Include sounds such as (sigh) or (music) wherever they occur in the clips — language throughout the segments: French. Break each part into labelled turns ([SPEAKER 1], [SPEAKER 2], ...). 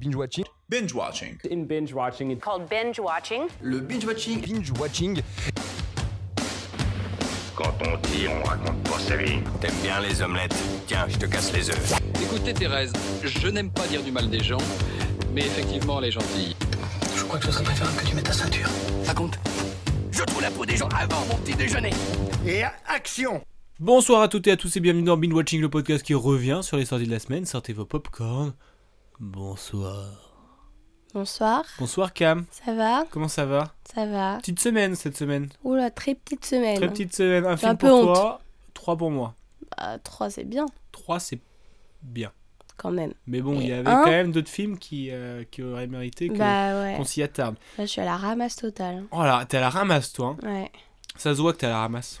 [SPEAKER 1] Binge watching.
[SPEAKER 2] Binge watching.
[SPEAKER 3] In binge watching, it's
[SPEAKER 4] called binge watching.
[SPEAKER 2] Le binge watching.
[SPEAKER 1] Binge watching.
[SPEAKER 5] Quand on dit, on raconte pas sa vie. T'aimes bien les omelettes Tiens, je te casse les œufs.
[SPEAKER 6] Écoutez Thérèse, je n'aime pas dire du mal des gens, mais effectivement elle est gentille.
[SPEAKER 7] Je crois que ce serait préférable que tu mettes ta ceinture.
[SPEAKER 8] Ça compte Je trouve la peau des gens avant mon petit déjeuner.
[SPEAKER 9] Et action
[SPEAKER 10] Bonsoir à toutes et à tous et bienvenue dans Binge Watching, le podcast qui revient sur les sorties de la semaine. Sortez vos popcorn. Bonsoir.
[SPEAKER 11] Bonsoir.
[SPEAKER 10] Bonsoir Cam.
[SPEAKER 11] Ça va
[SPEAKER 10] Comment ça va
[SPEAKER 11] Ça va.
[SPEAKER 10] Petite semaine cette semaine.
[SPEAKER 11] Oula, très petite semaine.
[SPEAKER 10] Très petite semaine. Un
[SPEAKER 11] J'ai
[SPEAKER 10] film
[SPEAKER 11] un peu
[SPEAKER 10] pour
[SPEAKER 11] honte.
[SPEAKER 10] toi, trois pour moi.
[SPEAKER 11] Bah, 3 c'est bien,
[SPEAKER 10] Trois c'est bien.
[SPEAKER 11] quand même.
[SPEAKER 10] Mais bon,
[SPEAKER 11] Et
[SPEAKER 10] il y avait
[SPEAKER 11] un
[SPEAKER 10] quand même d'autres films qui, euh, qui auraient mérité que-
[SPEAKER 11] Bah ouais.
[SPEAKER 10] qu'on s'y attarde.
[SPEAKER 11] Là, je suis à la ramasse totale.
[SPEAKER 10] Oh là, t'es à la ramasse toi. hein.
[SPEAKER 11] Ouais.
[SPEAKER 10] Ça se voit que t'es à la
[SPEAKER 11] (laughs)
[SPEAKER 10] ramasse.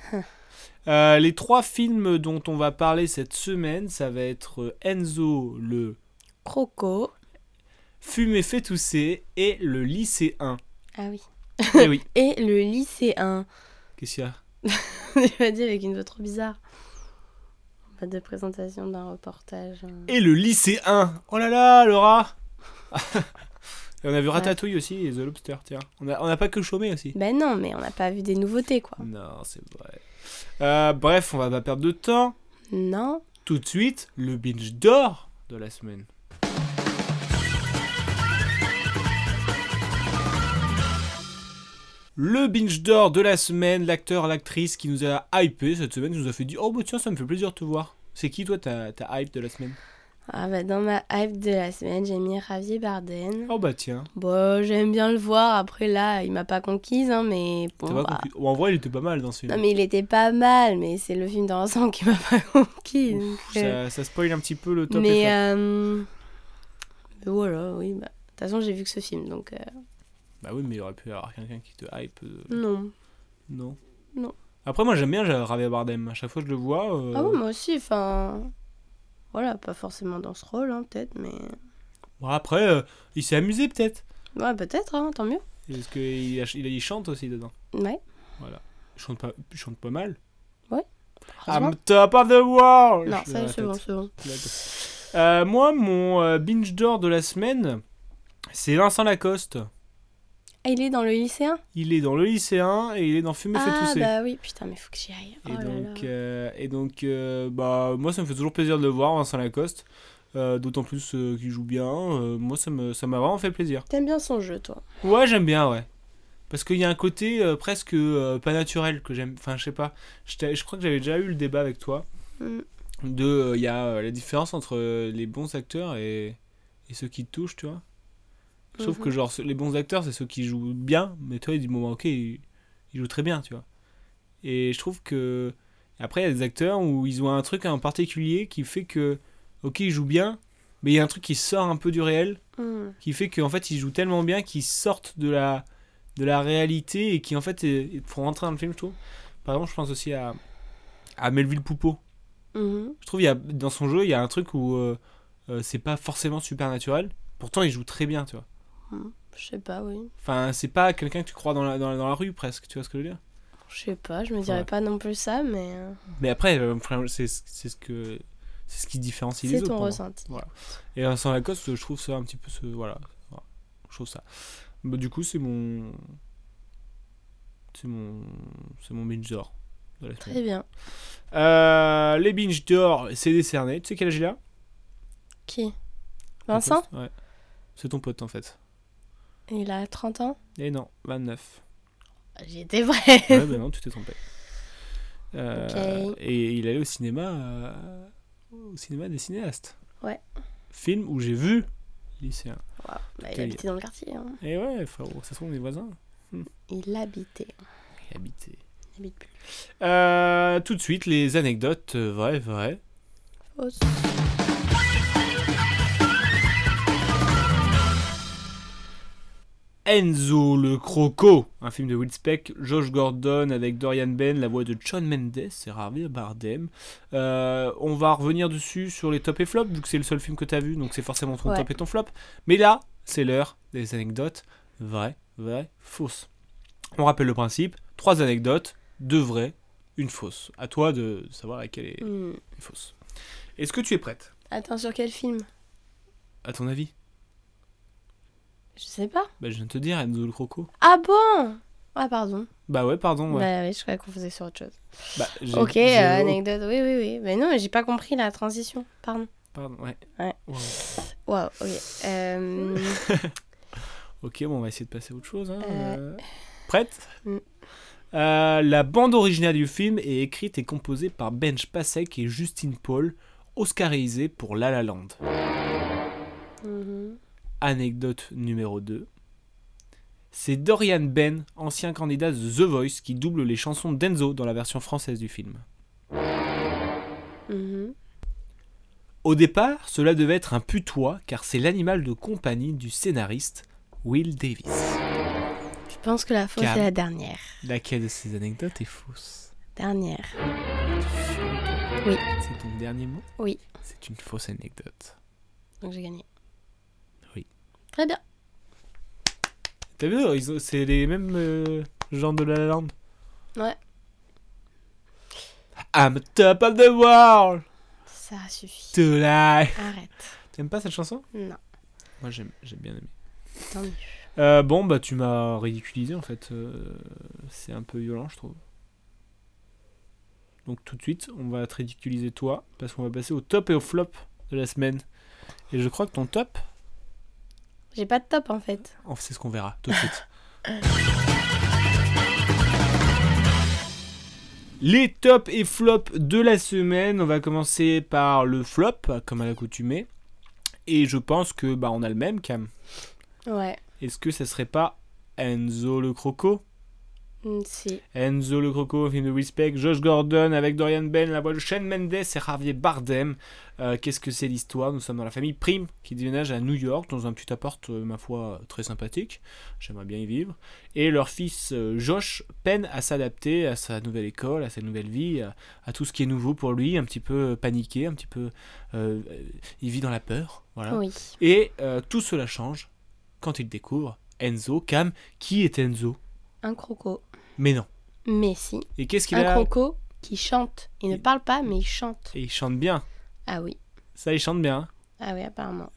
[SPEAKER 10] Euh, les trois films dont on va parler cette semaine, ça va être euh, Enzo le
[SPEAKER 11] Croco.
[SPEAKER 10] Fumé fait tousser et le
[SPEAKER 11] (laughs)
[SPEAKER 10] lycéen.
[SPEAKER 11] Ah oui.
[SPEAKER 10] Eh oui,
[SPEAKER 11] Et le (laughs) lycéen.
[SPEAKER 10] qu'est-ce qu'il y a
[SPEAKER 11] Tu m'as dit avec une voix trop bizarre. Pas de présentation d'un reportage. hein.
[SPEAKER 10] Mm. Et le lycéen. Oh là là, le rat (laughs) Et on a vu Ratatouille aussi et The Lobster, tiens. On n'a on a pas que chômé aussi.
[SPEAKER 11] Ben non, mais on n'a pas vu des nouveautés, quoi.
[SPEAKER 10] Non, c'est vrai. Euh, bref, on va pas perdre de temps.
[SPEAKER 11] Non.
[SPEAKER 10] Tout de suite, le binge d'or de la semaine. Le binge d'or de la semaine, l'acteur, l'actrice qui nous a hypé cette semaine, qui nous a fait dire Oh, bah tiens, ça me fait plaisir de te voir. C'est qui, toi, ta, ta hype de la semaine
[SPEAKER 11] Ah bah dans ma hype de la semaine, j'ai mis Javier Bardem.
[SPEAKER 10] Oh, bah tiens.
[SPEAKER 11] Bon, j'aime bien le voir. Après là, il m'a pas conquise, hein, mais bon.
[SPEAKER 10] T'as pas
[SPEAKER 11] bah.
[SPEAKER 10] compris. Oh, en vrai, il était pas mal dans ce film.
[SPEAKER 11] Non mais il était pas mal, mais c'est le film d'ensemble qui m'a (laughs) pas conquise. donc, euh,
[SPEAKER 10] ça, ça spoil un petit peu le top. et
[SPEAKER 11] Mais
[SPEAKER 10] flop.
[SPEAKER 11] euh, mais voilà, oui. bah, De toute façon, j'ai vu que ce film, donc euh,
[SPEAKER 10] Bah oui, mais il aurait pu y avoir quelqu'un qui te hype. euh,
[SPEAKER 11] non.
[SPEAKER 10] Non.
[SPEAKER 11] Non.
[SPEAKER 10] Après, moi, j'aime bien euh, Javier Bardem. À chaque fois que je le vois. euh,
[SPEAKER 11] Ah oui, moi aussi, enfin. Voilà, pas forcément dans ce rôle, hein, peut-être, mais.
[SPEAKER 10] bon, après, euh, il s'est amusé peut-être.
[SPEAKER 11] Ouais, peut-être, hein, tant mieux.
[SPEAKER 10] Parce qu'il il, il chante aussi dedans.
[SPEAKER 11] Ouais.
[SPEAKER 10] Ah, Il chante pas, il chante pas mal.
[SPEAKER 11] heureusement.
[SPEAKER 10] I'm top of the world
[SPEAKER 11] Non,
[SPEAKER 10] Je l'ai
[SPEAKER 11] ça,
[SPEAKER 10] dans la
[SPEAKER 11] c'est
[SPEAKER 10] tête.
[SPEAKER 11] bon, c'est bon.
[SPEAKER 10] Je l'ai dans la tête. Euh, moi, mon euh, binge d'or de la semaine, c'est Vincent Lacoste.
[SPEAKER 11] Ah, il est dans le lycéen
[SPEAKER 10] Il est dans le lycéen et il est dans Fumer fait
[SPEAKER 11] Ah,
[SPEAKER 10] tousser.
[SPEAKER 11] bah oui, putain, mais faut que j'y aille.
[SPEAKER 10] Et
[SPEAKER 11] oh là
[SPEAKER 10] donc,
[SPEAKER 11] là.
[SPEAKER 10] euh, et donc euh, bah, moi, ça me fait toujours plaisir de le voir, hein, Vincent Lacoste. Euh, D'autant plus euh, qu'il joue bien. Euh, moi, ça me- ça m'a vraiment fait plaisir.
[SPEAKER 11] T'aimes bien son jeu, toi
[SPEAKER 10] Ouais, j'aime bien, ouais. Parce qu'il y a un côté euh, presque euh, pas naturel que j'aime. Enfin, je sais pas. Je, t'ai- je crois que j'avais déjà eu le débat avec toi.
[SPEAKER 11] Mm.
[SPEAKER 10] De, euh, il y a euh, la différence entre euh, les bons acteurs et, et ceux qui te touchent, tu vois. Sauf
[SPEAKER 11] Mhm.
[SPEAKER 10] que, genre, ceux- les bons acteurs, c'est ceux qui jouent bien. Mais toi, ils disent, bon, bah, ok, il, il joue très bien, tu vois. Et je trouve que. Après, il y a des acteurs où ils ont un truc en particulier qui fait que, ok, ils jouent bien, mais il y a un truc qui sort un peu du réel
[SPEAKER 11] Mm.
[SPEAKER 10] qui fait qu'en fait ils jouent tellement bien qu'ils sortent de la de la réalité et qui en fait est- est- font rentrer dans le film je trouve par exemple je pense aussi à à Melville Poupeau
[SPEAKER 11] Mhm.
[SPEAKER 10] je trouve il y a dans son jeu il y a un truc où euh, euh, c'est pas forcément super naturel pourtant il joue très bien tu vois
[SPEAKER 11] Je sais pas, oui.
[SPEAKER 10] enfin c'est pas quelqu'un que tu crois dans la, dans, la, dans la rue presque tu vois ce que je veux dire
[SPEAKER 11] Je sais pas, je me dirais
[SPEAKER 10] Ouais.
[SPEAKER 11] pas non plus ça, mais. euh,
[SPEAKER 10] mais après euh, frère, c'est c'est ce que c'est ce qui différencie les
[SPEAKER 11] C'est
[SPEAKER 10] autres
[SPEAKER 11] ton
[SPEAKER 10] pour moi.
[SPEAKER 11] ressenti.
[SPEAKER 10] Voilà. et Vincent Lacoste je trouve ça un petit peu ce voilà, Voilà. je trouve ça Bah, du coup c'est mon c'est mon c'est mon binge d'or de la semaine.
[SPEAKER 11] Très bien.
[SPEAKER 10] Euh, les binge d'or c'est décerné tu sais quel âge il a
[SPEAKER 11] Qui Vincent
[SPEAKER 10] Ton pote, ouais c'est ton pote en fait
[SPEAKER 11] Il a 30 ans
[SPEAKER 10] et non 29
[SPEAKER 11] J'y étais vrai. (laughs)
[SPEAKER 10] ouais bah non tu t'es trompé Euh,
[SPEAKER 11] Ok.
[SPEAKER 10] et il allait au cinéma euh, au cinéma des cinéastes
[SPEAKER 11] Ouais.
[SPEAKER 10] film où j'ai vu lycéen
[SPEAKER 11] Waouh, bah, il
[SPEAKER 10] Quel-
[SPEAKER 11] habitait dans le quartier. hein.
[SPEAKER 10] et ouais frérot ça se trouve on est voisins
[SPEAKER 11] Il habitait.
[SPEAKER 10] habité
[SPEAKER 11] Il habite plus.
[SPEAKER 10] Euh, tout de suite, les anecdotes euh, vraies, vraies.
[SPEAKER 11] Fausse.
[SPEAKER 10] Enzo le Croco, un film de Will Speck, Josh Gordon avec Dorian Benn, la voix de John Mendes et Javier Bardem. Euh, on va revenir dessus sur les top et flops, vu que c'est le seul film que tu as vu, donc c'est forcément ton
[SPEAKER 11] Ouais.
[SPEAKER 10] top et ton flop. Mais là, c'est l'heure des anecdotes vraies, vraies, fausses. On rappelle le principe, trois anecdotes, deux vraies, une fausse. À toi de savoir laquelle est
[SPEAKER 11] Hmm.
[SPEAKER 10] fausse. Est-ce que tu es prête
[SPEAKER 11] Attends, sur quel film
[SPEAKER 10] À ton avis
[SPEAKER 11] Je sais pas.
[SPEAKER 10] Bah, je viens de te dire, Enzo le Croco.
[SPEAKER 11] Ah bon Ah, pardon.
[SPEAKER 10] Bah ouais, pardon. Ouais.
[SPEAKER 11] Bah oui, je croyais qu'on faisait sur autre chose.
[SPEAKER 10] Bah, j'ai-
[SPEAKER 11] Ok,
[SPEAKER 10] j'ai-
[SPEAKER 11] euh, anecdote, oui, oui, oui. Mais non, mais j'ai pas compris la transition, pardon.
[SPEAKER 10] Pardon, ouais.
[SPEAKER 11] Ouais.
[SPEAKER 10] Wow.
[SPEAKER 11] Waouh, ok. Euh,
[SPEAKER 10] Ok, bon, on va essayer de passer à autre chose. hein,
[SPEAKER 11] Euh.
[SPEAKER 10] euh. Prête
[SPEAKER 11] Mm.
[SPEAKER 10] Euh, La bande originale du film est écrite et composée par Benj Pasek et Justine Paul, oscarisés pour La La Land.
[SPEAKER 11] mhm.
[SPEAKER 10] Anecdote numéro 2. C'est Dorian Ben, ancien candidat de The Voice, qui double les chansons d'Enzo dans la version française du film.
[SPEAKER 11] Mhm.
[SPEAKER 10] Au départ, cela devait être un putois car c'est l'animal de compagnie du scénariste Will Davis.
[SPEAKER 11] Je pense que la fausse
[SPEAKER 10] Cam.
[SPEAKER 11] est la dernière.
[SPEAKER 10] Laquelle de ces anecdotes est fausse
[SPEAKER 11] Dernière. Oui.
[SPEAKER 10] C'est ton dernier mot
[SPEAKER 11] Oui.
[SPEAKER 10] C'est une fausse anecdote.
[SPEAKER 11] Donc j'ai gagné.
[SPEAKER 10] Oui.
[SPEAKER 11] Très bien.
[SPEAKER 10] T'as vu, ils ont- c'est les mêmes euh, genres de la La Land.
[SPEAKER 11] Ouais.
[SPEAKER 10] I'm top of the world
[SPEAKER 11] Ça suffit.
[SPEAKER 10] tonight.
[SPEAKER 11] Arrête.
[SPEAKER 10] T'aimes pas cette chanson
[SPEAKER 11] Non,
[SPEAKER 10] Moi j'aime, j'ai bien aimé.
[SPEAKER 11] tant mieux.
[SPEAKER 10] Euh, bon, bah tu m'as ridiculisé en fait. euh, c'est un peu violent, je trouve. Donc tout de suite, on va te ridiculiser toi, parce qu'on va passer au top et au flop de la semaine. Et je crois que ton top,
[SPEAKER 11] J'ai pas de top en fait.
[SPEAKER 10] oh, c'est ce qu'on verra tout de suite. (laughs) Les tops et flops de la semaine. On va commencer par le flop, comme à l'accoutumée. Et je pense que bah on a le même, Cam.
[SPEAKER 11] Ouais.
[SPEAKER 10] Est-ce que ça serait pas Enzo le Croco
[SPEAKER 11] Mm, Si.
[SPEAKER 10] Enzo le Croco, film de Respect, Josh Gordon avec Dorian Ben, la voix de Shane Mendes et Javier Bardem. Euh, Qu'est-ce que c'est l'histoire Nous sommes dans la famille Prime qui déménage à New York dans un petit appart, euh, ma foi, très sympathique. J'aimerais bien y vivre. Et leur fils euh, Josh peine à s'adapter à sa nouvelle école, à sa nouvelle vie, à, à tout ce qui est nouveau pour lui, un petit peu paniqué, un petit peu. euh, euh, il vit dans la peur. Voilà.
[SPEAKER 11] Oui.
[SPEAKER 10] Et euh, tout cela change quand il découvre Enzo, Cam, qui est Enzo
[SPEAKER 11] Un croco.
[SPEAKER 10] Mais non.
[SPEAKER 11] Mais si.
[SPEAKER 10] Et qu'est-ce qu'il
[SPEAKER 11] Un
[SPEAKER 10] a
[SPEAKER 11] croco qui chante. Il ne
[SPEAKER 10] Il-
[SPEAKER 11] parle pas, mais il chante.
[SPEAKER 10] Et il chante bien.
[SPEAKER 11] Ah oui.
[SPEAKER 10] Ça, il chante bien. hein.
[SPEAKER 11] Ah oui, apparemment.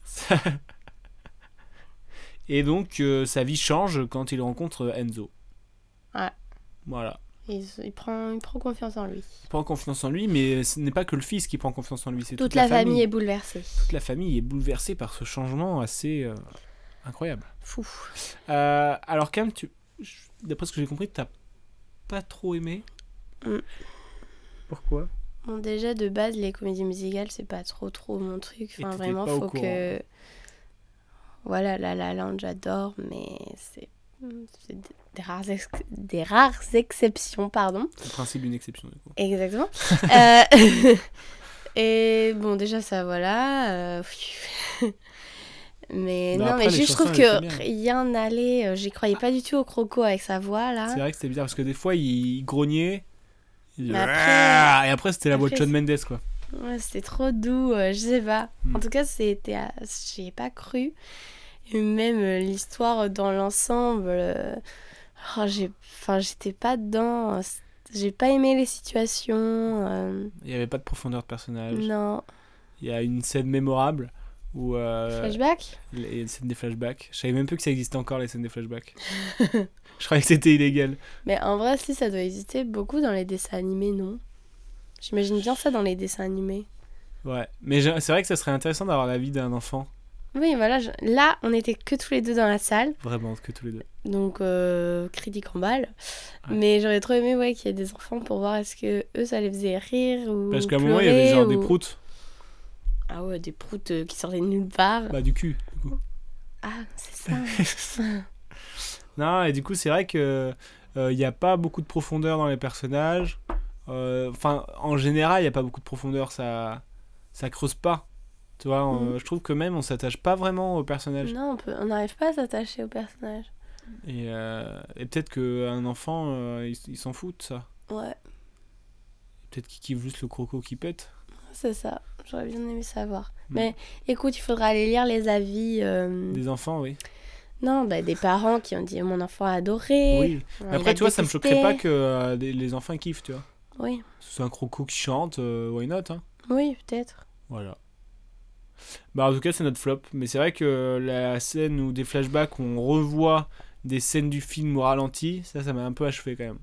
[SPEAKER 10] (laughs) Et donc, euh, sa vie change quand il rencontre Enzo.
[SPEAKER 11] Ouais.
[SPEAKER 10] Voilà.
[SPEAKER 11] Il, se- il prend, il prend confiance en lui.
[SPEAKER 10] Il prend confiance en lui, mais ce n'est pas que le fils qui prend confiance en lui, c'est
[SPEAKER 11] Toute, la, famille. est bouleversée.
[SPEAKER 10] Toute la famille est bouleversée par ce changement assez euh, incroyable.
[SPEAKER 11] Fou.
[SPEAKER 10] Euh, alors, Cam, tu... je- d'après ce que j'ai compris, t'as pas trop aimé.
[SPEAKER 11] Mm.
[SPEAKER 10] Pourquoi
[SPEAKER 11] Bon, déjà, de base, les comédies musicales, c'est pas trop trop mon truc.
[SPEAKER 10] Et
[SPEAKER 11] Enfin,
[SPEAKER 10] t'étais
[SPEAKER 11] vraiment,
[SPEAKER 10] pas au
[SPEAKER 11] faut
[SPEAKER 10] courant.
[SPEAKER 11] que. Voilà, La La Land, j'adore, mais c'est. mm, c'est des- des rares, ex- des rares exceptions, pardon.
[SPEAKER 10] C'est le principe d'une exception, du coup. (laughs)
[SPEAKER 11] Exactement. Euh, (laughs) et bon, déjà, ça, voilà. euh, (laughs) mais
[SPEAKER 10] Bah,
[SPEAKER 11] non,
[SPEAKER 10] après,
[SPEAKER 11] mais
[SPEAKER 10] les
[SPEAKER 11] juste, je trouve
[SPEAKER 10] chansons, elles
[SPEAKER 11] que
[SPEAKER 10] étaient bien.
[SPEAKER 11] rien n'allait. euh, J'y croyais pas du tout au croco avec sa voix, là.
[SPEAKER 10] C'est vrai que c'était bizarre, parce que des fois, il grognait. il- "Ah
[SPEAKER 11] Mais après-
[SPEAKER 10] Et après, c'était la voix de
[SPEAKER 11] Après,
[SPEAKER 10] Shawn Mendes, quoi.
[SPEAKER 11] Ouais, c'était trop doux, euh, je sais pas.
[SPEAKER 10] Hmm.
[SPEAKER 11] En tout cas, c'était, à- j'y ai pas cru. Et même euh, l'histoire dans l'ensemble, euh, oh, j'ai, enfin, j'étais pas dedans. C'est- J'ai pas aimé les situations. euh,
[SPEAKER 10] Il n'y avait pas de profondeur de personnage.
[SPEAKER 11] non.
[SPEAKER 10] Il y a une scène mémorable où euh,
[SPEAKER 11] Flashback
[SPEAKER 10] il y a une scène des flashbacks. Je savais même plus que ça existait encore les scènes des flashbacks. (laughs) je croyais que c'était illégal.
[SPEAKER 11] Mais en vrai, si ça doit exister beaucoup dans les dessins animés, non J'imagine bien ça dans les dessins animés.
[SPEAKER 10] Ouais, mais j'ai- c'est vrai que ça serait intéressant d'avoir la vie d'un enfant,
[SPEAKER 11] Oui, voilà. je- Là, on était que tous les deux dans la salle.
[SPEAKER 10] vraiment que tous les deux.
[SPEAKER 11] Donc, euh, critique en balle.
[SPEAKER 10] Ouais.
[SPEAKER 11] Mais j'aurais trop aimé ouais, qu'il y ait des enfants pour voir est-ce que eux ça les faisait rire ou.
[SPEAKER 10] Parce qu'à un moment il y avait genre
[SPEAKER 11] pleurer,
[SPEAKER 10] des
[SPEAKER 11] ou-
[SPEAKER 10] proutes,
[SPEAKER 11] Ah ouais, des proutes euh, qui sortaient de nulle part.
[SPEAKER 10] bah du cul. Du coup.
[SPEAKER 11] Ah, c'est
[SPEAKER 10] (laughs)
[SPEAKER 11] ça.
[SPEAKER 10] Non et du coup c'est vrai que euh, il n'y a pas beaucoup de profondeur dans les personnages. Euh, Enfin en général il n'y a pas beaucoup de profondeur, ça ça creuse pas. Tu vois, on- je trouve que même on s'attache pas vraiment aux personnages.
[SPEAKER 11] (laughs) Mhm. non, on peut- on n'arrive pas à s'attacher au personnage.
[SPEAKER 10] Et, euh, et peut-être qu'un enfant, euh, il, s- il s'en fout de ça.
[SPEAKER 11] Ouais,
[SPEAKER 10] Peut-être qu'il kiffe juste le croco qui pète.
[SPEAKER 11] c'est ça. J'aurais bien aimé savoir.
[SPEAKER 10] Mm.
[SPEAKER 11] Mais écoute, il faudra aller lire les avis. euh,
[SPEAKER 10] Des enfants, oui.
[SPEAKER 11] Non, bah, des parents qui ont dit mon enfant a adoré.
[SPEAKER 10] oui.
[SPEAKER 11] euh, il a
[SPEAKER 10] Après, tu vois, ça me
[SPEAKER 11] détesté.
[SPEAKER 10] choquerait pas que euh, des- les enfants kiffent, tu vois.
[SPEAKER 11] Oui,
[SPEAKER 10] C'est un croco qui chante, euh, why not hein
[SPEAKER 11] oui peut-être.
[SPEAKER 10] Voilà. Bah, en tout cas, c'est notre flop. Mais c'est vrai que la scène où des flashbacks, où on revoit des scènes du film au ralenti, ça, ça m'a un peu achevé quand même.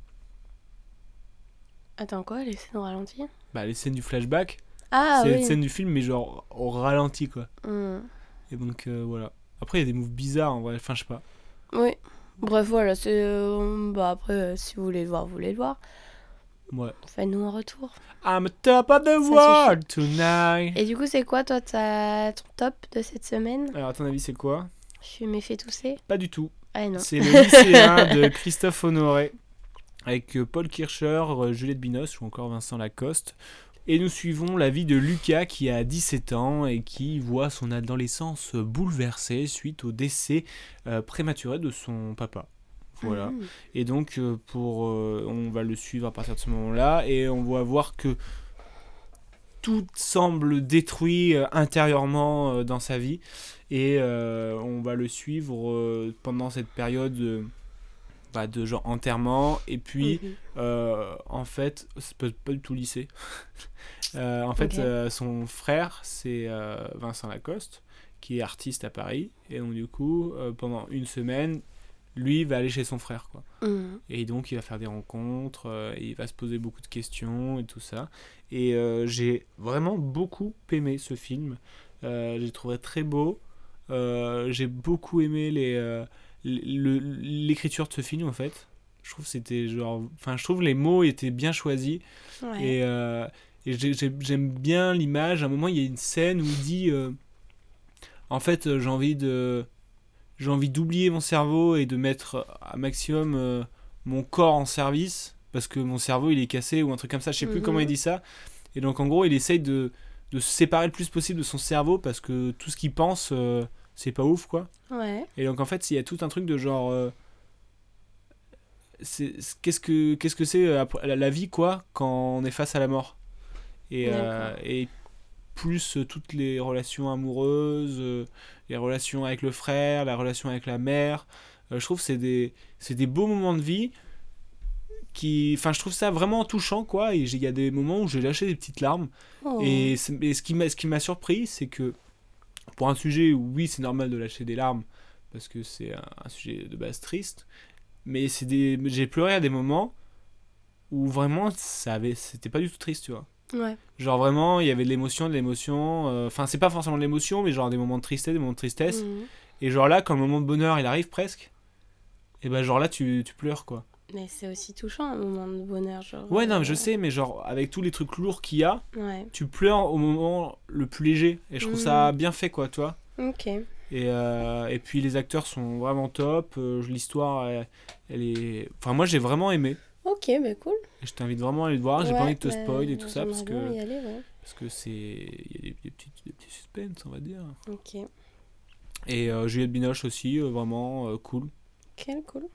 [SPEAKER 11] Attends, quoi Les scènes au ralenti
[SPEAKER 10] Bah, les scènes du flashback,
[SPEAKER 11] Ah
[SPEAKER 10] c'est les
[SPEAKER 11] oui
[SPEAKER 10] scènes du film, mais genre au ralenti, quoi.
[SPEAKER 11] Hmm.
[SPEAKER 10] Et donc, euh, voilà. Après, il y a des moves bizarres en vrai. Enfin, je sais pas.
[SPEAKER 11] Oui. Bref, voilà, c'est. euh, Bah, après, euh, si vous voulez le voir, vous voulez le voir.
[SPEAKER 10] Ouais.
[SPEAKER 11] Faites-nous un retour.
[SPEAKER 10] I'm top of the
[SPEAKER 11] c'est
[SPEAKER 10] world tonight.
[SPEAKER 11] Et du coup, c'est quoi, toi, ta... ton top de cette semaine
[SPEAKER 10] Alors, à ton avis, c'est quoi
[SPEAKER 11] Je suis méfait tousser
[SPEAKER 10] Pas du tout.
[SPEAKER 11] Ah non.
[SPEAKER 10] C'est le lycéen de Christophe Honoré avec euh, Paul Kircher, euh, Juliette Binoche ou encore Vincent Lacoste. Et nous suivons la vie de Lucas qui a 17 ans et qui voit son adolescence bouleversée suite au décès euh, prématuré de son papa. Voilà.
[SPEAKER 11] Mhm.
[SPEAKER 10] Et donc, euh, pour, euh, on va le suivre à partir de ce moment-là et on va voir que tout semble détruit euh, intérieurement euh, dans sa vie. Et euh, on va le suivre euh, pendant cette période euh, bah, de genre enterrement. Et puis,
[SPEAKER 11] Mhm.
[SPEAKER 10] euh, en fait, c'est pas, pas du tout lycée. (laughs) Euh, en fait,
[SPEAKER 11] Ok.
[SPEAKER 10] euh, son frère, c'est euh, Vincent Lacoste, qui est artiste à Paris. Et donc, du coup, euh, pendant une semaine, lui va aller chez son frère. Quoi.
[SPEAKER 11] Mhm.
[SPEAKER 10] Et donc, il va faire des rencontres, euh, et il va se poser beaucoup de questions et tout ça. Et euh, j'ai vraiment beaucoup aimé ce film. Euh, j'ai trouvé très beau. Euh, j'ai beaucoup aimé les, euh, le- le- l'écriture de ce film, en fait. Je trouve que c'était genre. Enfin, je trouve que les mots étaient bien choisis.
[SPEAKER 11] Hmm. Ouais.
[SPEAKER 10] Et, euh, et j'ai- j'ai- j'aime bien l'image. À un moment, il y a une scène où il dit euh, En fait, euh, j'ai envie de. J'ai envie d'oublier mon cerveau et de mettre à maximum euh, mon corps en service parce que mon cerveau il est cassé ou un truc comme ça. Je sais plus
[SPEAKER 11] Mhm.
[SPEAKER 10] comment il dit ça. Et donc, en gros, il essaye de, de se séparer le plus possible de son cerveau parce que tout ce qu'il pense, euh, c'est pas ouf quoi.
[SPEAKER 11] Ouais.
[SPEAKER 10] Et donc en fait, il y a tout un truc de genre. euh, c'est- c'est- Qu'est-ce que qu'est-ce que c'est euh, après- la, la vie quoi quand on est face à la mort et, euh,
[SPEAKER 11] D'accord.
[SPEAKER 10] et plus euh, toutes les relations amoureuses, euh, les relations avec le frère, la relation avec la mère. Euh, je trouve que c'est des c'est des beaux moments de vie qui enfin je trouve ça vraiment touchant quoi et j'ai- il y a des moments où j'ai lâché des petites larmes
[SPEAKER 11] Oh.
[SPEAKER 10] et, c'est- et ce qui m'a ce qui m'a surpris, c'est que pour un sujet où oui, c'est normal de lâcher des larmes parce que c'est un, un sujet de base triste, mais c'est des j'ai pleuré à des moments où vraiment ça avait c'était pas du tout triste, tu vois.
[SPEAKER 11] Ouais.
[SPEAKER 10] Genre vraiment, il y avait de l'émotion, de l'émotion, euh, enfin c'est pas forcément de l'émotion, mais genre des moments de tristesse, des moments de tristesse
[SPEAKER 11] Mhm.
[SPEAKER 10] et genre là quand le moment de bonheur, il arrive presque et ben genre là tu, tu pleures quoi.
[SPEAKER 11] Mais c'est aussi touchant un moment de bonheur. Genre,
[SPEAKER 10] Ouais, non, mais je
[SPEAKER 11] euh,
[SPEAKER 10] sais, mais genre avec tous les trucs lourds qu'il y a,
[SPEAKER 11] Ouais.
[SPEAKER 10] tu pleures au moment le plus léger et je trouve ça
[SPEAKER 11] Mm.
[SPEAKER 10] bien fait quoi, toi.
[SPEAKER 11] Ok.
[SPEAKER 10] Et, euh, et puis les acteurs sont vraiment top. euh, L'histoire, elle, elle est. Enfin, moi j'ai vraiment aimé.
[SPEAKER 11] Ok, bah cool.
[SPEAKER 10] Et je t'invite vraiment à aller le voir. Ah, J'ai
[SPEAKER 11] Ouais,
[SPEAKER 10] pas envie de te
[SPEAKER 11] bah,
[SPEAKER 10] spoil et tout ça parce
[SPEAKER 11] j'aimerais bien
[SPEAKER 10] que
[SPEAKER 11] y aller, ouais.
[SPEAKER 10] parce que c'est il y a des, des petits des petits suspens, on va dire.
[SPEAKER 11] Ok.
[SPEAKER 10] Et euh, Juliette Binoche aussi, euh, vraiment euh, cool.
[SPEAKER 11] Quel cool.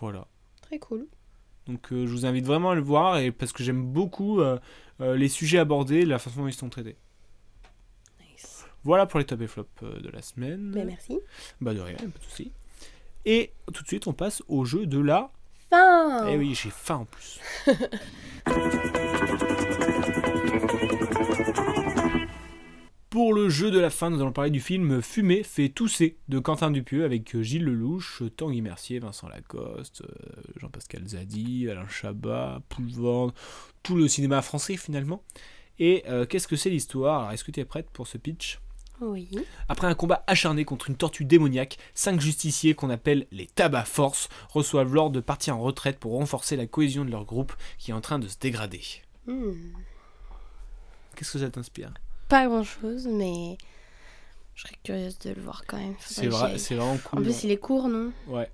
[SPEAKER 10] Voilà.
[SPEAKER 11] Très cool.
[SPEAKER 10] Donc euh, je vous invite vraiment à le voir et parce que j'aime beaucoup euh, euh, les sujets abordés, la façon dont ils sont traités.
[SPEAKER 11] Nice.
[SPEAKER 10] Voilà pour les top et flop euh, de la semaine.
[SPEAKER 11] Bah, merci.
[SPEAKER 10] Bah de rien, pas de souci. Et tout de suite, on passe au jeu de la.
[SPEAKER 11] Fin
[SPEAKER 10] Eh oui, j'ai faim en plus. Pour le jeu de la fin, nous allons parler du film Fumer fait tousser de Quentin Dupieux avec euh, Gilles Lelouch, Tanguy Mercier, Vincent Lacoste, euh, Jean-Pascal Zadi, Alain Chabat, Poulvord, tout le cinéma français finalement. Et euh, qu'est-ce que c'est l'histoire Alors, est-ce que tu es prête pour ce pitch
[SPEAKER 11] Oui.
[SPEAKER 10] après un combat acharné contre une tortue démoniaque, cinq justiciers qu'on appelle les tabac force reçoivent l'ordre de partir en retraite pour renforcer la cohésion de leur groupe qui est en train de se dégrader.
[SPEAKER 11] Hmm.
[SPEAKER 10] Qu'est-ce que ça t'inspire
[SPEAKER 11] Pas grand chose, mais je serais curieuse de le voir quand même. Faudrait
[SPEAKER 10] C'est
[SPEAKER 11] que j'y
[SPEAKER 10] vrai-
[SPEAKER 11] aille.
[SPEAKER 10] c'est vraiment
[SPEAKER 11] En
[SPEAKER 10] cool. hein.
[SPEAKER 11] plus, il est court, non
[SPEAKER 10] Ouais,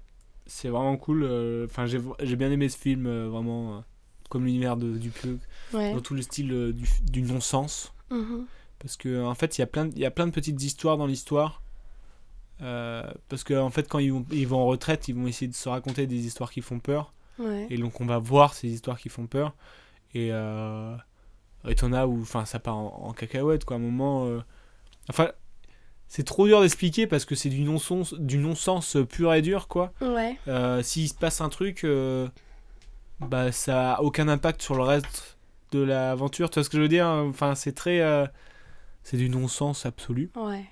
[SPEAKER 10] c'est vraiment cool. euh, Enfin, j'ai j'ai bien aimé ce film, euh, vraiment euh, comme l'univers de Dupieux,
[SPEAKER 11] Ouais.
[SPEAKER 10] dans tout le style euh, du, du non-sens.
[SPEAKER 11] Mhm.
[SPEAKER 10] Parce que en fait, il y a plein, de- il y a plein de petites histoires dans l'histoire. Euh, parce que en fait, quand ils vont, ils vont en retraite, ils vont essayer de se raconter des histoires qui font peur.
[SPEAKER 11] Ouais.
[SPEAKER 10] Et donc, on va voir ces histoires qui font peur. Et euh, et t'en as où, enfin, ça part en, en cacahuète quoi. À un moment, euh, enfin, c'est trop dur d'expliquer parce que c'est du non sens, du non sens pur et dur quoi.
[SPEAKER 11] Ouais.
[SPEAKER 10] Euh, S'il se passe un truc, euh, bah ça a aucun impact sur le reste de l'aventure. Tu vois ce que je veux dire Enfin, c'est hein très, euh, c'est du non-sens absolu.
[SPEAKER 11] Ouais.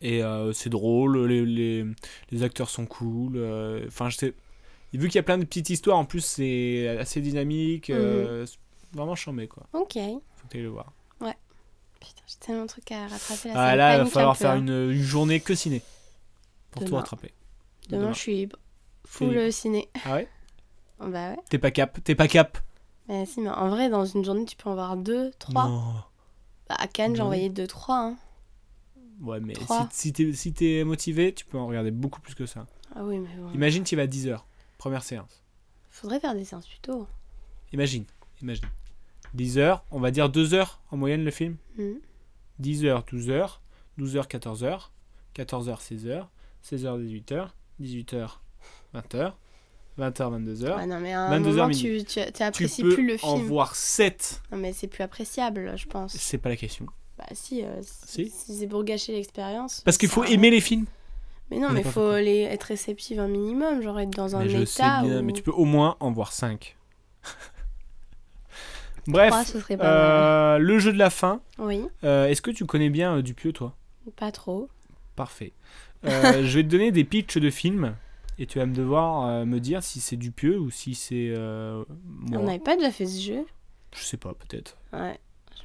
[SPEAKER 10] Et euh, c'est drôle, les, les, les acteurs sont cool. euh, Enfin, je sais. Et vu qu'il y a plein de petites histoires, en plus, c'est assez dynamique.
[SPEAKER 11] Mhm.
[SPEAKER 10] euh, c'est vraiment chambé, quoi.
[SPEAKER 11] Ok.
[SPEAKER 10] Faut que t'ailles le voir.
[SPEAKER 11] Putain, j'ai tellement de trucs à rattraper là. ça
[SPEAKER 10] Ah, là,
[SPEAKER 11] me
[SPEAKER 10] il va
[SPEAKER 11] panique un
[SPEAKER 10] falloir
[SPEAKER 11] peu,
[SPEAKER 10] faire
[SPEAKER 11] hein.
[SPEAKER 10] une, une journée que ciné. Pour tout
[SPEAKER 11] Demain.
[SPEAKER 10] rattraper.
[SPEAKER 11] Demain, je suis libre. Full
[SPEAKER 10] libre.
[SPEAKER 11] euh, ciné.
[SPEAKER 10] Ah ouais
[SPEAKER 11] Bah ouais.
[SPEAKER 10] T'es pas cap T'es pas cap
[SPEAKER 11] Mais si, mais en vrai, dans une journée, tu peux en voir deux, trois.
[SPEAKER 10] Non.
[SPEAKER 11] Bah, à Cannes,
[SPEAKER 10] Une
[SPEAKER 11] j'ai
[SPEAKER 10] journée.
[SPEAKER 11] envoyé deux, trois. hein.
[SPEAKER 10] Ouais, mais si,
[SPEAKER 11] Trois.
[SPEAKER 10] si t'es si t'es motivé, tu peux en regarder beaucoup plus que ça.
[SPEAKER 11] Ah oui, mais bon.
[SPEAKER 10] Imagine, tu vas à 10h, première séance.
[SPEAKER 11] Faudrait faire des hein. séances plus tôt.
[SPEAKER 10] Imagine, imagine. 10h, on va dire 2h en moyenne le film.
[SPEAKER 11] Hmm.
[SPEAKER 10] 10h, 12h, 12h, 14h, 14h, 16h, 16h, 18h, 18h, 20h, 20h, 22h.
[SPEAKER 11] Ouais, Bah non, mais à un
[SPEAKER 10] 22 heures
[SPEAKER 11] moment, tu,
[SPEAKER 10] minutes.
[SPEAKER 11] tu, tu
[SPEAKER 10] tu
[SPEAKER 11] apprécies
[SPEAKER 10] peux
[SPEAKER 11] plus le
[SPEAKER 10] en
[SPEAKER 11] film.
[SPEAKER 10] voir 7.
[SPEAKER 11] Non, mais c'est plus appréciable, je pense.
[SPEAKER 10] C'est pas la question.
[SPEAKER 11] Bah si, euh,
[SPEAKER 10] Si.
[SPEAKER 11] si, si c'est pour gâcher l'expérience.
[SPEAKER 10] Parce qu'il
[SPEAKER 11] ça-
[SPEAKER 10] faut aimer les films.
[SPEAKER 11] Mais non,
[SPEAKER 10] On
[SPEAKER 11] mais
[SPEAKER 10] n'a pas
[SPEAKER 11] faut les, être réceptive un minimum, genre être dans un
[SPEAKER 10] mais je sais
[SPEAKER 11] état
[SPEAKER 10] bien,
[SPEAKER 11] où...
[SPEAKER 10] mais tu peux au moins en voir 5. (laughs) Bref,
[SPEAKER 11] Trois, ce serait pas
[SPEAKER 10] euh, le jeu de la fin.
[SPEAKER 11] mal. Oui,
[SPEAKER 10] Euh, Est-ce que tu connais bien euh, Dupieux, toi
[SPEAKER 11] pas trop.
[SPEAKER 10] Parfait.
[SPEAKER 11] (laughs)
[SPEAKER 10] Euh, je vais te donner des pitchs de films et tu vas me devoir euh, me dire si c'est Dupieux ou si c'est euh, moi.
[SPEAKER 11] On n'avait pas déjà fait ce jeu.
[SPEAKER 10] Je sais pas, peut-être.
[SPEAKER 11] Ouais,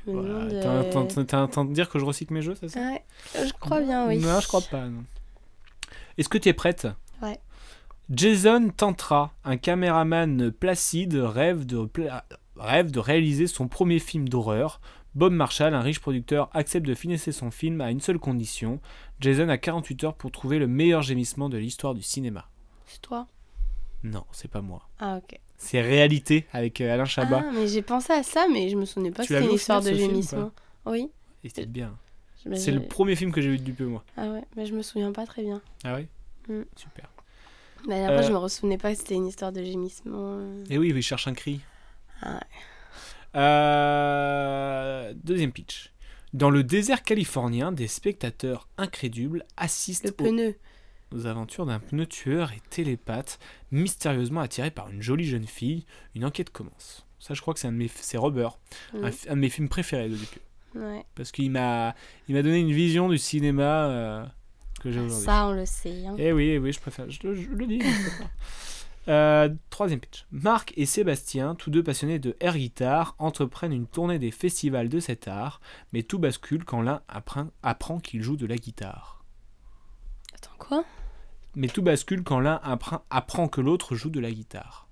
[SPEAKER 11] je me
[SPEAKER 10] Voilà.
[SPEAKER 11] demande...
[SPEAKER 10] T'es en-
[SPEAKER 11] euh,
[SPEAKER 10] t'es en- t'es en train de dire que je recycle mes jeux, c'est ça
[SPEAKER 11] Ouais, je crois bien, oui.
[SPEAKER 10] Non, je crois pas. non. Est-ce que tu es prête
[SPEAKER 11] Ouais.
[SPEAKER 10] Jason Tantra, un caméraman placide, rêve de, pla- rêve de réaliser son premier film d'horreur. Bob Marshall, un riche producteur, accepte de financer son film à une seule condition. Jason a 48 heures pour trouver le meilleur gémissement de l'histoire du cinéma.
[SPEAKER 11] C'est toi
[SPEAKER 10] Non, c'est pas moi.
[SPEAKER 11] Ah, ok.
[SPEAKER 10] C'est Réalité avec euh, Alain Chabat.
[SPEAKER 11] Ah, mais j'ai pensé à ça, mais je me souvenais pas
[SPEAKER 10] Tu
[SPEAKER 11] que
[SPEAKER 10] l'as
[SPEAKER 11] c'était
[SPEAKER 10] vu
[SPEAKER 11] une
[SPEAKER 10] au final,
[SPEAKER 11] histoire de
[SPEAKER 10] ce film,
[SPEAKER 11] gémissement. Oui.
[SPEAKER 10] Et c'était bien.
[SPEAKER 11] je- bah,
[SPEAKER 10] C'est
[SPEAKER 11] je-
[SPEAKER 10] le premier film que j'ai vu de Dupieux, moi.
[SPEAKER 11] Ah ouais, mais je me souviens pas très bien.
[SPEAKER 10] Ah oui
[SPEAKER 11] Mm.
[SPEAKER 10] Super.
[SPEAKER 11] Mais après,
[SPEAKER 10] Euh,
[SPEAKER 11] je me souvenais pas que c'était une histoire de gémissement. euh.
[SPEAKER 10] Et oui, il cherche un cri.
[SPEAKER 11] Ah ouais.
[SPEAKER 10] Euh, deuxième pitch. Dans le désert californien, des spectateurs incrédules
[SPEAKER 11] Le
[SPEAKER 10] assistent aux,
[SPEAKER 11] pneu.
[SPEAKER 10] aux aventures d'un pneu tueur et télépathe, mystérieusement attiré par une jolie jeune fille. Une enquête commence. Ça, je crois que c'est un de mes, c'est Robert,
[SPEAKER 11] Mm.
[SPEAKER 10] un, fi- un de mes films préférés de Dupieux,
[SPEAKER 11] Ouais.
[SPEAKER 10] parce qu'il m'a, il m'a donné une vision du cinéma euh, que j'ai aujourd'hui.
[SPEAKER 11] Ah, Ça, on le sait. hein.
[SPEAKER 10] Eh oui, eh oui, je préfère. Je, le- je le dis. je préfère. Euh, troisième pitch. Marc et Sébastien, tous deux passionnés de air guitare, entreprennent une tournée des festivals de cet art, mais tout bascule quand l'un apprend, apprend qu'il joue de la guitare.
[SPEAKER 11] Attends, quoi
[SPEAKER 10] Mais tout bascule quand l'un apprend, apprend que l'autre joue de la guitare.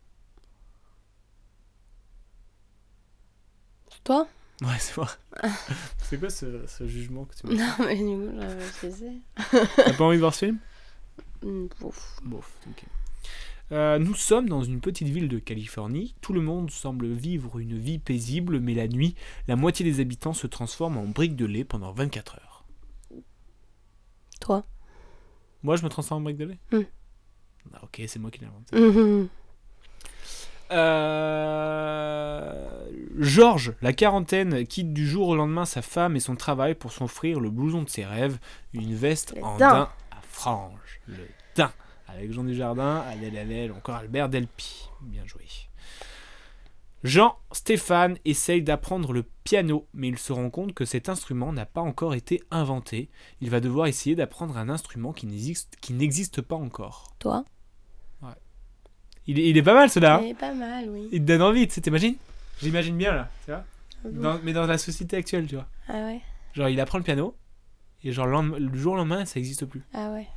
[SPEAKER 11] C'est (laughs) toi
[SPEAKER 10] Ouais, c'est moi. c'est quoi ce, ce jugement que tu (laughs)
[SPEAKER 11] Non, Ah, mais du coup, je je sais.
[SPEAKER 10] T'as pas envie de voir ce film
[SPEAKER 11] Mm, pouf.
[SPEAKER 10] Bof, ok. Euh, nous sommes dans une petite ville de Californie. Tout le monde semble vivre une vie paisible, mais la nuit, la moitié des habitants se transforment en briques de lait pendant 24 heures.
[SPEAKER 11] Toi. (laughs)
[SPEAKER 10] Moi, je me transforme en briques de lait
[SPEAKER 11] Hmm.
[SPEAKER 10] Ah, ok, c'est moi qui l'ai inventé.
[SPEAKER 11] Mhm.
[SPEAKER 10] Euh, Georges, la quarantaine, quitte du jour au lendemain sa femme et son travail pour s'offrir le blouson de ses rêves, une veste
[SPEAKER 11] Le
[SPEAKER 10] en
[SPEAKER 11] daim.
[SPEAKER 10] daim à franges. Le daim. Avec Jean Dujardin, Adèle Haenel, encore Albert Delpi. Bien joué. Jean, Stéphane essaye d'apprendre le piano, mais il se rend compte que cet instrument n'a pas encore été inventé. Il va devoir essayer d'apprendre un instrument qui n'existe qui n'existe pas encore.
[SPEAKER 11] Toi.
[SPEAKER 10] Il est, il est pas mal cela. hein
[SPEAKER 11] C'est Eh, pas mal, oui.
[SPEAKER 10] il te donne envie, tu sais, t'imagines J'imagine bien là, tu vois
[SPEAKER 11] Ah bon
[SPEAKER 10] Dans- Mais dans la société actuelle, tu vois.
[SPEAKER 11] Ah ouais
[SPEAKER 10] Genre, il apprend le piano, et genre, le lendem- le jour au lendemain, ça existe plus.
[SPEAKER 11] Ah ouais.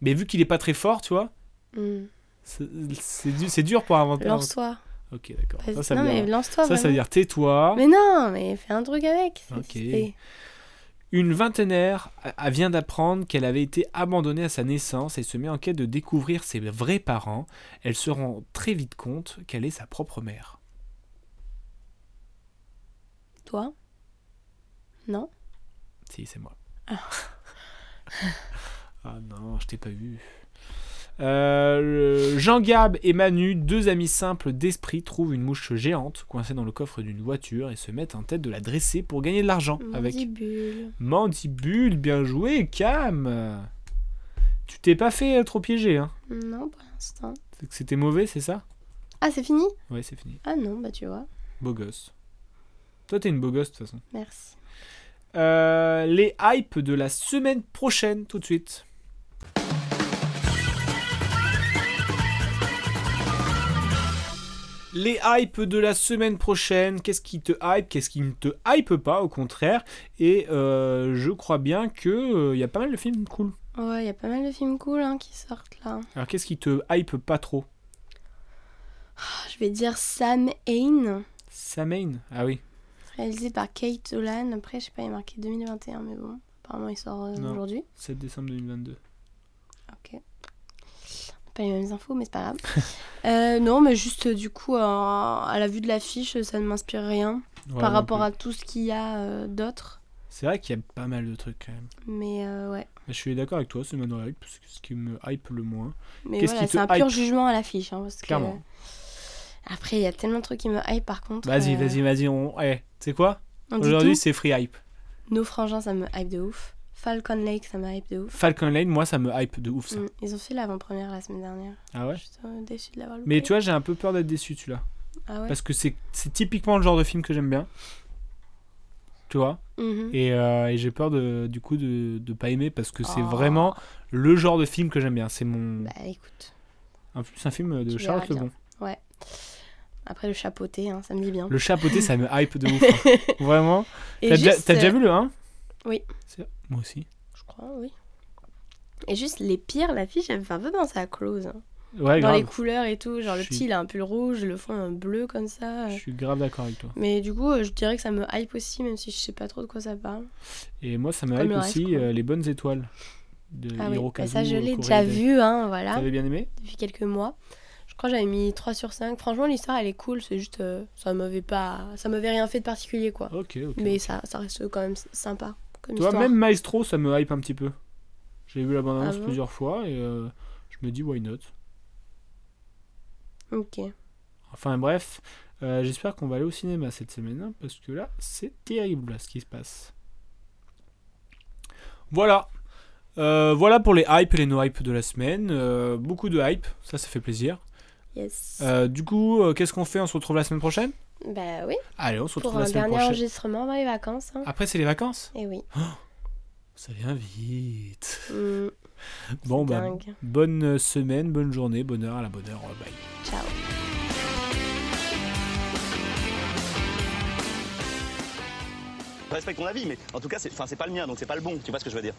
[SPEAKER 10] Mais vu qu'il est pas très fort, tu vois,
[SPEAKER 11] Mm.
[SPEAKER 10] c'est c'est du- c'est dur pour inventer. un-
[SPEAKER 11] Lance-toi.
[SPEAKER 10] Ok, d'accord.
[SPEAKER 11] Vas-y.
[SPEAKER 10] Ça, ça
[SPEAKER 11] non,
[SPEAKER 10] veut
[SPEAKER 11] mais
[SPEAKER 10] dire,
[SPEAKER 11] lance-toi.
[SPEAKER 10] ça, ça veut
[SPEAKER 11] vraiment.
[SPEAKER 10] dire tais-toi.
[SPEAKER 11] Mais non, mais fais un truc avec. c'est-
[SPEAKER 10] Ok.
[SPEAKER 11] c'est-
[SPEAKER 10] Une vingtenaire a- a- vient d'apprendre qu'elle avait été abandonnée à sa naissance et se met en quête de découvrir ses vrais parents. Elle se rend très vite compte qu'elle est sa propre mère.
[SPEAKER 11] Toi. Non.
[SPEAKER 10] Si, c'est moi. (laughs) ah non, je t'ai pas vu. Euh, le- Jean Gab et Manu, deux amis simples d'esprit, trouvent une mouche géante coincée dans le coffre d'une voiture et se mettent en tête de la dresser pour gagner de l'argent avec
[SPEAKER 11] Mandibule.
[SPEAKER 10] Mandibule. Bien joué, Cam. Tu t'es pas fait euh, trop piéger, hein
[SPEAKER 11] Non, pour l'instant.
[SPEAKER 10] C'est que C'était mauvais, c'est ça
[SPEAKER 11] Ah, c'est fini
[SPEAKER 10] Ouais, c'est fini.
[SPEAKER 11] Ah non, bah tu vois.
[SPEAKER 10] Beau gosse. Toi, t'es une beau gosse de toute façon.
[SPEAKER 11] Merci.
[SPEAKER 10] euh, les hypes de la semaine prochaine, tout de suite. Les hypes de la semaine prochaine, qu'est-ce qui te hype, qu'est-ce qui ne te hype pas, au contraire. Et euh, je crois bien qu'il y a pas mal de films cool.
[SPEAKER 11] Ouais, il y a pas mal de films cool hein, qui sortent là.
[SPEAKER 10] Alors qu'est-ce qui te hype pas trop
[SPEAKER 11] Je vais dire Sam Hain,
[SPEAKER 10] Samhain Ah oui.
[SPEAKER 11] réalisé par Kate Dolan. Après, je sais pas, il est marqué 2021, mais bon, apparemment il sort euh,
[SPEAKER 10] Non.
[SPEAKER 11] aujourd'hui.
[SPEAKER 10] 7 décembre 2022.
[SPEAKER 11] pas les mêmes infos, mais c'est pas grave. (laughs) Euh, non, mais juste euh, du coup, euh, à la vue de l'affiche, ça ne m'inspire rien
[SPEAKER 10] Ouais,
[SPEAKER 11] par
[SPEAKER 10] non
[SPEAKER 11] rapport
[SPEAKER 10] plus.
[SPEAKER 11] à tout ce qu'il y a euh, d'autre.
[SPEAKER 10] C'est vrai qu'il y a pas mal de trucs quand même.
[SPEAKER 11] Mais euh, ouais.
[SPEAKER 10] Je suis d'accord avec toi, c'est ma hype, c'est ce qui me hype le moins.
[SPEAKER 11] Mais
[SPEAKER 10] Qu'est-ce
[SPEAKER 11] voilà,
[SPEAKER 10] qui te
[SPEAKER 11] c'est un pur
[SPEAKER 10] hype
[SPEAKER 11] jugement à l'affiche. hein, parce que-
[SPEAKER 10] Clairement.
[SPEAKER 11] Après, il y a tellement de trucs qui me hype par contre.
[SPEAKER 10] Vas-y,
[SPEAKER 11] euh,
[SPEAKER 10] vas-y, vas-y, on... eh, tu sais quoi
[SPEAKER 11] on dit
[SPEAKER 10] Aujourd'hui
[SPEAKER 11] tout.
[SPEAKER 10] c'est free hype.
[SPEAKER 11] Nos frangins, ça me hype de ouf. Falcon Lake, ça me hype de ouf.
[SPEAKER 10] Falcon Lane, moi ça me hype de ouf ça.
[SPEAKER 11] Mm, Ils ont fait l'avant-première la semaine dernière.
[SPEAKER 10] Ah ouais
[SPEAKER 11] Je suis euh, déçue de l'avoir loupé.
[SPEAKER 10] Mais tu vois, j'ai un peu peur d'être déçu de celui-là.
[SPEAKER 11] Ah ouais.
[SPEAKER 10] Parce que c'est c'est typiquement le genre de film que j'aime bien. Tu vois
[SPEAKER 11] Mhm.
[SPEAKER 10] Et, euh, et j'ai peur de, du coup de, de pas aimer parce que c'est
[SPEAKER 11] Oh.
[SPEAKER 10] vraiment le genre de film que j'aime bien. C'est mon.
[SPEAKER 11] Bah écoute,
[SPEAKER 10] un- c'est un film de
[SPEAKER 11] tu
[SPEAKER 10] Charlotte
[SPEAKER 11] verras
[SPEAKER 10] Lebon.
[SPEAKER 11] après le chapeauté, hein, ça me dit bien.
[SPEAKER 10] Le chapeauté, ça me hype de ouf.
[SPEAKER 11] (laughs)
[SPEAKER 10] hein. Vraiment.
[SPEAKER 11] Et
[SPEAKER 10] T'as déjà,
[SPEAKER 11] juste,
[SPEAKER 10] t'as déjà
[SPEAKER 11] euh,
[SPEAKER 10] vu le 1
[SPEAKER 11] oui.
[SPEAKER 10] C'est- Moi aussi.
[SPEAKER 11] Je crois, oui. Et juste les pires, la fille, elle me fait un peu penser à Close. hein.
[SPEAKER 10] Ouais,
[SPEAKER 11] Dans
[SPEAKER 10] Ah, grave.
[SPEAKER 11] les couleurs et tout. Genre le
[SPEAKER 10] Je
[SPEAKER 11] petit,
[SPEAKER 10] suis-
[SPEAKER 11] il a un pull rouge, le fond, un bleu comme ça.
[SPEAKER 10] Je suis grave d'accord avec toi.
[SPEAKER 11] Mais du coup, euh, je dirais que ça me hype aussi, même si je sais pas trop de quoi ça parle.
[SPEAKER 10] Et moi, ça me
[SPEAKER 11] Comme
[SPEAKER 10] hype
[SPEAKER 11] le reste,
[SPEAKER 10] aussi
[SPEAKER 11] quoi.
[SPEAKER 10] euh, Les Bonnes Étoiles de
[SPEAKER 11] Ah oui,
[SPEAKER 10] Hirokazu
[SPEAKER 11] bah ça, je l'ai
[SPEAKER 10] Koreeda.
[SPEAKER 11] déjà vu, hein, voilà,
[SPEAKER 10] T'avais bien aimé
[SPEAKER 11] depuis quelques mois. Je crois que j'avais mis 3 sur 5. Franchement, l'histoire, elle est cool, c'est juste. euh, ça m'avait pas. Ça m'avait rien fait de particulier, quoi.
[SPEAKER 10] Ok, ok.
[SPEAKER 11] Mais ça, ça reste quand même s- sympa. Comme
[SPEAKER 10] Toi,
[SPEAKER 11] histoire.
[SPEAKER 10] même Maestro, ça me hype un petit peu. J'ai vu la bande-annonce
[SPEAKER 11] Ah bon
[SPEAKER 10] plusieurs fois et euh, je me dis why not.
[SPEAKER 11] Ok.
[SPEAKER 10] Enfin bref, euh, j'espère qu'on va aller au cinéma cette semaine hein, parce que là, c'est terrible là, ce qui se passe. Voilà. Euh, voilà pour les hypes et les no-hypes de la semaine. Euh, beaucoup de hype, ça, ça fait plaisir.
[SPEAKER 11] Yes.
[SPEAKER 10] Euh, du coup, euh, qu'est-ce qu'on fait On se retrouve la semaine prochaine
[SPEAKER 11] Bah oui,
[SPEAKER 10] Allez, on se retrouve
[SPEAKER 11] pour un
[SPEAKER 10] la semaine
[SPEAKER 11] dernier
[SPEAKER 10] prochaine.
[SPEAKER 11] enregistrement avant les vacances. Hein.
[SPEAKER 10] Après, c'est les vacances
[SPEAKER 11] Et oui.
[SPEAKER 10] Ça vient vite.
[SPEAKER 11] Mm,
[SPEAKER 10] Bon, bah,
[SPEAKER 11] dingue.
[SPEAKER 10] bonne semaine, bonne journée, bonne heure, à la bonne heure, euh, bye.
[SPEAKER 11] Ciao.
[SPEAKER 1] Je respecte ton avis, mais en tout cas, c'est enfin, c'est pas le mien, donc c'est pas le bon. Tu vois ce que je veux dire